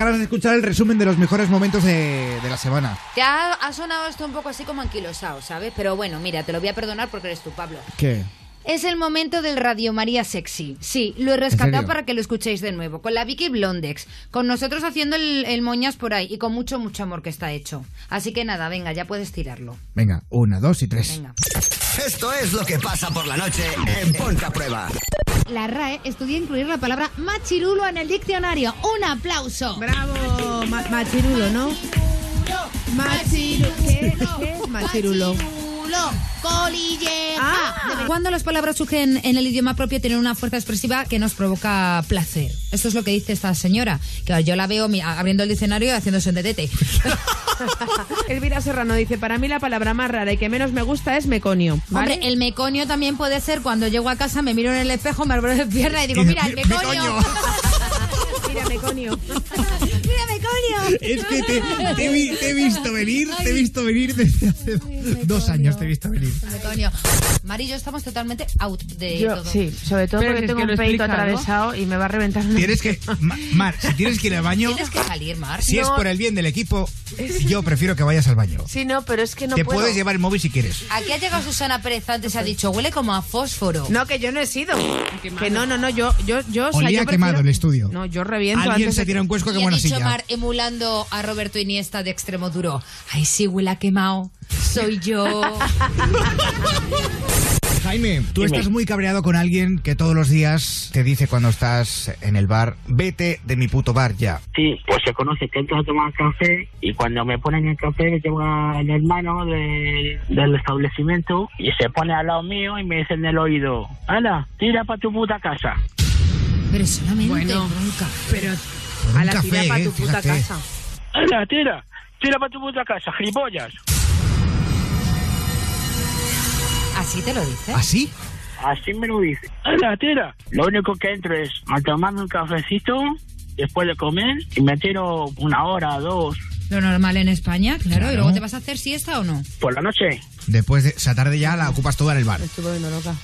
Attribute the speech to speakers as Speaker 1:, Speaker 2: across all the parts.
Speaker 1: ganas de escuchar el resumen de los mejores momentos de, de la semana.
Speaker 2: Ya ha sonado esto un poco así como anquilosado, ¿sabes? Pero bueno, mira, te lo voy a perdonar porque eres tú, Pablo.
Speaker 1: ¿Qué?
Speaker 2: Es el momento del Radio María Sexy. Sí, lo he
Speaker 1: ¿En
Speaker 2: rescatado
Speaker 1: serio?
Speaker 2: para que lo escuchéis de nuevo. Con la Vicky Blondex. Con nosotros haciendo el, el moñas por ahí. Y con mucho, mucho amor que está hecho. Así que nada, venga, ya puedes tirarlo.
Speaker 1: Venga, una, dos y tres.
Speaker 2: Venga.
Speaker 3: Esto es lo que pasa por la noche en Ponte a Prueba.
Speaker 4: La RAE estudia incluir la palabra machirulo en el diccionario. ¡Un aplauso!
Speaker 5: Bravo, ma- machirulo, ¿no? Machirulo. ¿Qué, qué es machirulo? Ah,
Speaker 4: Machirulo, colilleja.
Speaker 2: Ah, Cuando las palabras surgen en el idioma propio tienen una fuerza expresiva que nos provoca placer. Esto es lo que dice esta señora, que yo la veo mi- abriendo el diccionario y haciéndose un detete.
Speaker 5: Ah, Elvira Serrano dice, para mí la palabra más rara y que menos me gusta es meconio. ¿vale?
Speaker 2: Hombre, el meconio también puede ser cuando llego a casa, me miro en el espejo, me abro de pierna y digo,
Speaker 1: Y-
Speaker 2: mira, el
Speaker 1: me-
Speaker 2: meconio.
Speaker 1: meconio.
Speaker 5: Mira, meconio.
Speaker 2: mira, meconio.
Speaker 1: Es que te, te he vi- te he visto venir, te he visto venir desde hace dos años, te he visto venir.
Speaker 2: Meconio. Mari y yo estamos totalmente out de
Speaker 6: Yo,
Speaker 2: todo.
Speaker 6: sí, sobre todo
Speaker 5: Pero
Speaker 6: porque
Speaker 5: es
Speaker 6: tengo
Speaker 5: que lo
Speaker 6: un peito
Speaker 5: explica, ¿no?
Speaker 6: atravesado y me va a reventar una-
Speaker 1: Tienes que... Ma- Mar, si tienes que ir al baño,
Speaker 2: Tienes que salir, Mar.
Speaker 1: si es
Speaker 6: No.
Speaker 1: por el bien del equipo, yo prefiero que vayas al baño.
Speaker 6: Sí, no, pero es que no
Speaker 1: te
Speaker 6: puedo.
Speaker 1: puedes llevar el móvil si quieres.
Speaker 2: Aquí ha llegado Susana Pérez antes, ha dicho, huele como a fósforo.
Speaker 5: No, que yo no he sido. Que no, no, no, yo, yo, yo, o sea,
Speaker 1: Olía
Speaker 5: yo prefiero-
Speaker 1: quemado el estudio.
Speaker 5: No, yo reviento
Speaker 1: Alguien
Speaker 5: antes
Speaker 1: se
Speaker 5: de-
Speaker 1: tira un cuesco que
Speaker 2: Y ha
Speaker 1: buena
Speaker 2: dicho
Speaker 1: silla.
Speaker 2: Mar, emulando a Roberto Iniesta de extremo duro, ay sí, huele a quemado, soy yo.
Speaker 1: Jaime, tú estás muy cabreado con alguien que todos los días te dice cuando estás en el bar, vete de mi puto bar ya.
Speaker 7: Sí, pues se conoce que entras a tomar café y cuando me ponen el café me lleva el hermano del, del establecimiento y se pone al lado mío y me dice en el oído, ¡Hala, tira para tu puta casa!
Speaker 2: Pero solamente
Speaker 5: Bueno.
Speaker 2: bronca.
Speaker 5: Pero
Speaker 1: Por
Speaker 5: a
Speaker 1: un
Speaker 5: la
Speaker 1: café,
Speaker 5: tira para
Speaker 1: eh,
Speaker 5: tu puta
Speaker 1: fíjate.
Speaker 5: casa.
Speaker 7: ¡Hala, tira! ¡Tira para tu puta casa, gilipollas!
Speaker 2: Así te lo dice.
Speaker 1: ¿Así?
Speaker 7: Así me lo dice. ¡Hala, tira! Lo único que entro es a tomarme un cafecito después de comer y me tiro una hora, dos,
Speaker 2: Lo normal en España, claro,
Speaker 1: Claro.
Speaker 2: y luego te vas a hacer siesta o no.
Speaker 7: por la noche.
Speaker 1: Después de esa tarde ya la ocupas toda en el bar.
Speaker 5: Estoy volviendo loca.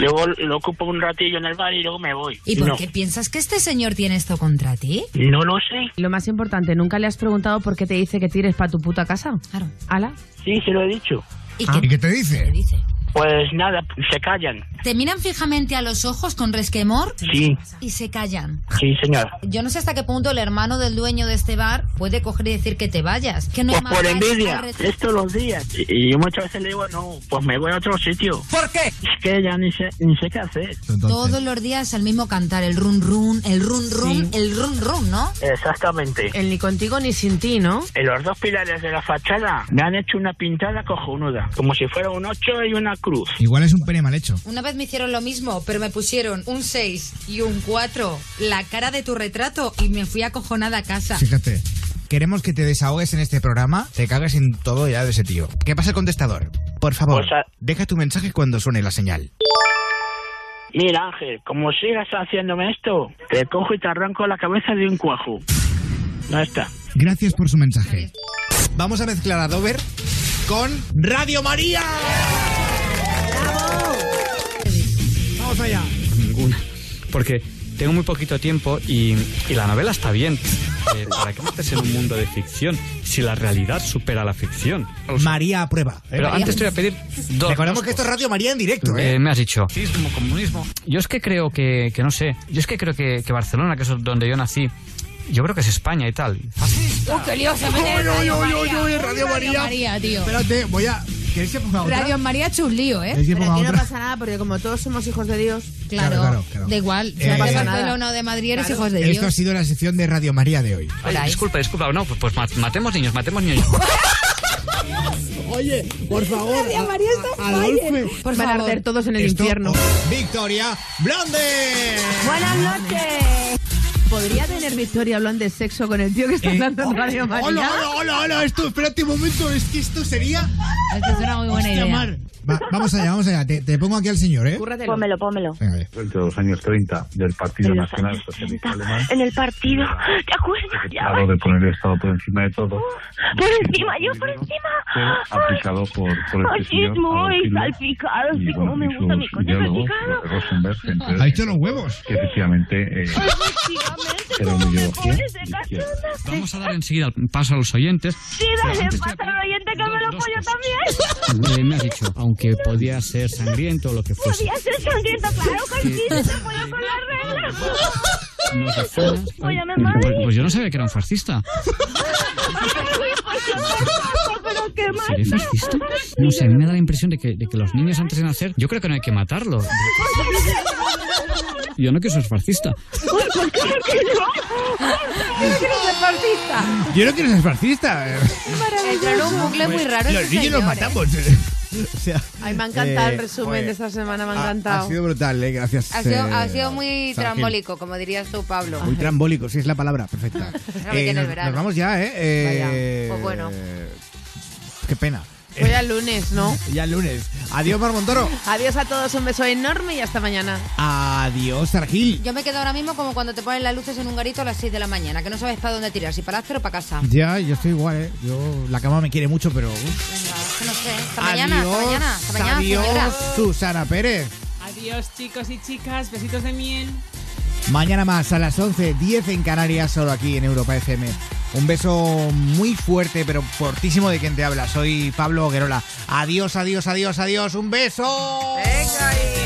Speaker 7: Luego lo ocupo un ratillo en el bar y luego me voy.
Speaker 2: ¿Y por
Speaker 7: no.
Speaker 2: qué piensas que este señor tiene esto contra ti?
Speaker 7: No lo sé.
Speaker 5: Lo más importante, ¿nunca le has preguntado por qué te dice que tires para tu puta casa?
Speaker 2: Claro.
Speaker 5: ¿Ala?
Speaker 7: Sí, se lo he dicho.
Speaker 2: ¿Y
Speaker 1: Ah, ¿Y
Speaker 2: qué
Speaker 1: qué te
Speaker 2: te
Speaker 1: dice?
Speaker 2: dice?
Speaker 7: Pues nada, se callan.
Speaker 2: Te miran fijamente a los ojos con resquemor
Speaker 7: Sí,
Speaker 2: y se callan.
Speaker 7: sí, señora.
Speaker 2: Yo no sé hasta qué punto el hermano del dueño de este bar puede coger y decir que te vayas. Que no hay
Speaker 7: Pues
Speaker 2: más
Speaker 7: por
Speaker 2: bares
Speaker 7: envidia,
Speaker 2: al resto.
Speaker 7: es todos los días. Y, y yo muchas veces le digo, no, pues me voy a otro sitio.
Speaker 1: ¿Por qué?
Speaker 7: Es que ya ni sé, ni sé qué hacer.
Speaker 1: Pues
Speaker 2: Todos los días el mismo cantar, el run run, el run run, el run run, ¿no?
Speaker 7: Exactamente.
Speaker 1: Eh.
Speaker 5: El ni contigo ni sin ti, ¿no?
Speaker 7: En los dos pilares de la fachada me han hecho una pintada cojonuda, como si fuera un ocho y una cruz.
Speaker 1: Igual es un pene mal hecho.
Speaker 2: Una vez me hicieron lo mismo, pero me pusieron un 6 y un 4, la cara de tu retrato y me fui acojonada a casa.
Speaker 1: Fíjate. Queremos que te desahogues en este programa, te cagas en todo ya de ese tío. ¿Qué pasa el contestador? Por favor,
Speaker 7: Pues a-
Speaker 1: deja tu mensaje cuando suene la señal.
Speaker 7: Mira, Ángel, como sigas haciéndome esto, te cojo y te arranco la cabeza de un cuajo. No está.
Speaker 1: Gracias por su mensaje. Vamos a mezclar a Dover con Radio María. Vamos allá.
Speaker 8: Ninguna. Porque tengo muy poquito tiempo y, y la novela está bien. Eh, ¿Para qué metes en un mundo de ficción si la realidad supera la ficción?
Speaker 1: María a prueba. ¿eh?
Speaker 8: Pero antes te voy a pedir dos.
Speaker 1: Recordemos
Speaker 8: dos
Speaker 1: que esto es
Speaker 8: cosas.
Speaker 1: Radio María en directo, ¿eh?
Speaker 8: Eh, me has dicho. comunismo. Yo es que creo que, que no sé. Yo es que creo que, que Barcelona, que es donde yo nací, yo creo que es España y tal.
Speaker 2: ¡Uy, qué lío se mete
Speaker 1: Oy,
Speaker 2: en
Speaker 1: oy,
Speaker 2: Radio
Speaker 1: oy, oy,
Speaker 2: María.
Speaker 1: oy, Radio María.
Speaker 2: tío.
Speaker 1: Espérate, voy a. ¿Queréis que ponga otra?
Speaker 2: Radio María ha hecho un lío, ¿eh?
Speaker 1: ¿Queréis que
Speaker 5: Pero
Speaker 1: ponga
Speaker 5: aquí no
Speaker 1: otra?
Speaker 5: pasa nada porque como todos somos hijos de Dios...
Speaker 1: Claro,
Speaker 2: Claro,
Speaker 1: claro, claro.
Speaker 2: da igual.
Speaker 1: Eh,
Speaker 2: Si vas de
Speaker 1: pasa
Speaker 5: nada.
Speaker 2: Barcelona o de Madrid eres
Speaker 5: Claro.
Speaker 2: hijos de
Speaker 1: Esto ha
Speaker 2: Dios.
Speaker 1: sido la sección de Radio María de hoy.
Speaker 8: Ay,
Speaker 2: Hola, ¿eh?
Speaker 8: disculpa, disculpa. No, pues, pues mat- matemos niños, matemos niños.
Speaker 1: Oye, por favor. Radio María está Adolfo.
Speaker 2: Por
Speaker 5: Van a
Speaker 2: favor.
Speaker 5: arder todos en el
Speaker 1: Esto- Oh.
Speaker 5: infierno.
Speaker 1: Victoria Blonde.
Speaker 5: Buenas noches. ¿Podría tener Victoria hablando de sexo con el tío que está hablando en Radio María?
Speaker 1: Hola, hola, hola, hola. Esto, espérate un momento. Es que esto sería.
Speaker 2: Esta es una muy buena
Speaker 1: Hostia,
Speaker 2: idea.
Speaker 1: Mar. Va, vamos allá, vamos allá. Te, te pongo aquí al señor, ¿eh?
Speaker 5: Cúrratelo.
Speaker 9: Pómelo, pómelo.
Speaker 1: Venga, a ver.
Speaker 10: de los años 30 del Partido
Speaker 9: En los
Speaker 10: Nacional
Speaker 9: años
Speaker 10: Socialista
Speaker 9: 30,
Speaker 10: Alemán,
Speaker 9: En el partido, ¿te acuerdas? Ya
Speaker 10: claro, de poner el Estado por encima de todo,
Speaker 9: Por encima, yo por encima.
Speaker 10: fue aplicado por, por este señor
Speaker 9: Fascismo
Speaker 10: Adolf
Speaker 9: y
Speaker 10: Hitler,
Speaker 9: salpicado,
Speaker 10: y,
Speaker 9: sí,
Speaker 10: bueno,
Speaker 9: como me
Speaker 10: y
Speaker 9: gusta mi
Speaker 10: sus
Speaker 9: coño
Speaker 10: ideólogos,
Speaker 9: salpicado.
Speaker 10: Rosenberg, entre-
Speaker 1: Ha dicho los huevos.
Speaker 10: que efectivamente eh,
Speaker 9: Efectivamente,
Speaker 4: que era una ideología
Speaker 11: pones de
Speaker 4: de izquierda.
Speaker 8: Vamos a dar enseguida paso a los oyentes.
Speaker 11: Sí, dale, pasa al oyente que me lo pollo también.
Speaker 8: Eh, me has dicho, aunque podía ser sangriento o lo que fuese.
Speaker 11: Podía ser sangriento, claro, con sí, se pollo con la regla.
Speaker 8: No te fueras.
Speaker 11: Voy a mi
Speaker 8: Pues,
Speaker 11: madre.
Speaker 8: pues yo no sabía que era un fascista.
Speaker 11: Pues Pero qué mal.
Speaker 8: ¿Seré fascista? No sé, a mí me da la impresión de que, de que los niños antes de nacer, yo creo que no hay que matarlo. Yo no quiero ser fascista.
Speaker 1: Yo no quiero ser fascista.
Speaker 5: Entrar en un bucle muy raro.
Speaker 1: Pues Los
Speaker 5: este
Speaker 1: niños los
Speaker 5: señor,
Speaker 1: matamos. O sea,
Speaker 5: Ay, me ha encantado el
Speaker 1: eh,
Speaker 5: resumen
Speaker 1: joder.
Speaker 5: de esta semana, me ha
Speaker 1: Ha-
Speaker 5: encantado.
Speaker 1: Ha, sido brutal, eh, gracias.
Speaker 2: Ha sido,
Speaker 1: eh,
Speaker 2: ha sido muy
Speaker 1: Sargil.
Speaker 2: trambólico, como dirías tú, Pablo.
Speaker 1: Muy trambólico, sí es la palabra, perfecta.
Speaker 2: que en el
Speaker 1: nos,
Speaker 2: verano.
Speaker 1: nos vamos ya, ¿eh? eh
Speaker 2: Vaya, pues bueno.
Speaker 1: Qué pena. Eh,
Speaker 5: Voy al lunes, ¿no?
Speaker 1: Ya el lunes. Adiós, Marmontoro.
Speaker 5: Adiós a todos, un beso enorme y hasta mañana.
Speaker 1: Adiós, Sargil.
Speaker 2: Yo me quedo ahora mismo como cuando te ponen las luces en un garito a las 6 de la mañana, que no sabes para dónde tirar, si para el o para casa.
Speaker 1: Ya, yo estoy igual, ¿eh? Yo, la cama me quiere mucho, pero... uf.
Speaker 2: Venga, es que no sé. Hasta mañana, hasta
Speaker 1: Adiós,
Speaker 2: mañana, hasta mañana, señora.
Speaker 1: Adiós, Susana Pérez.
Speaker 12: Adiós, chicos y chicas. Besitos de miel.
Speaker 1: Mañana más a las 11, 10 en Canarias, solo aquí en Europa FM. Un beso muy fuerte, pero fortísimo de quien te habla. Soy Pablo Guerola. Adiós, adiós, adiós, adiós. Un beso.
Speaker 2: Venga, y-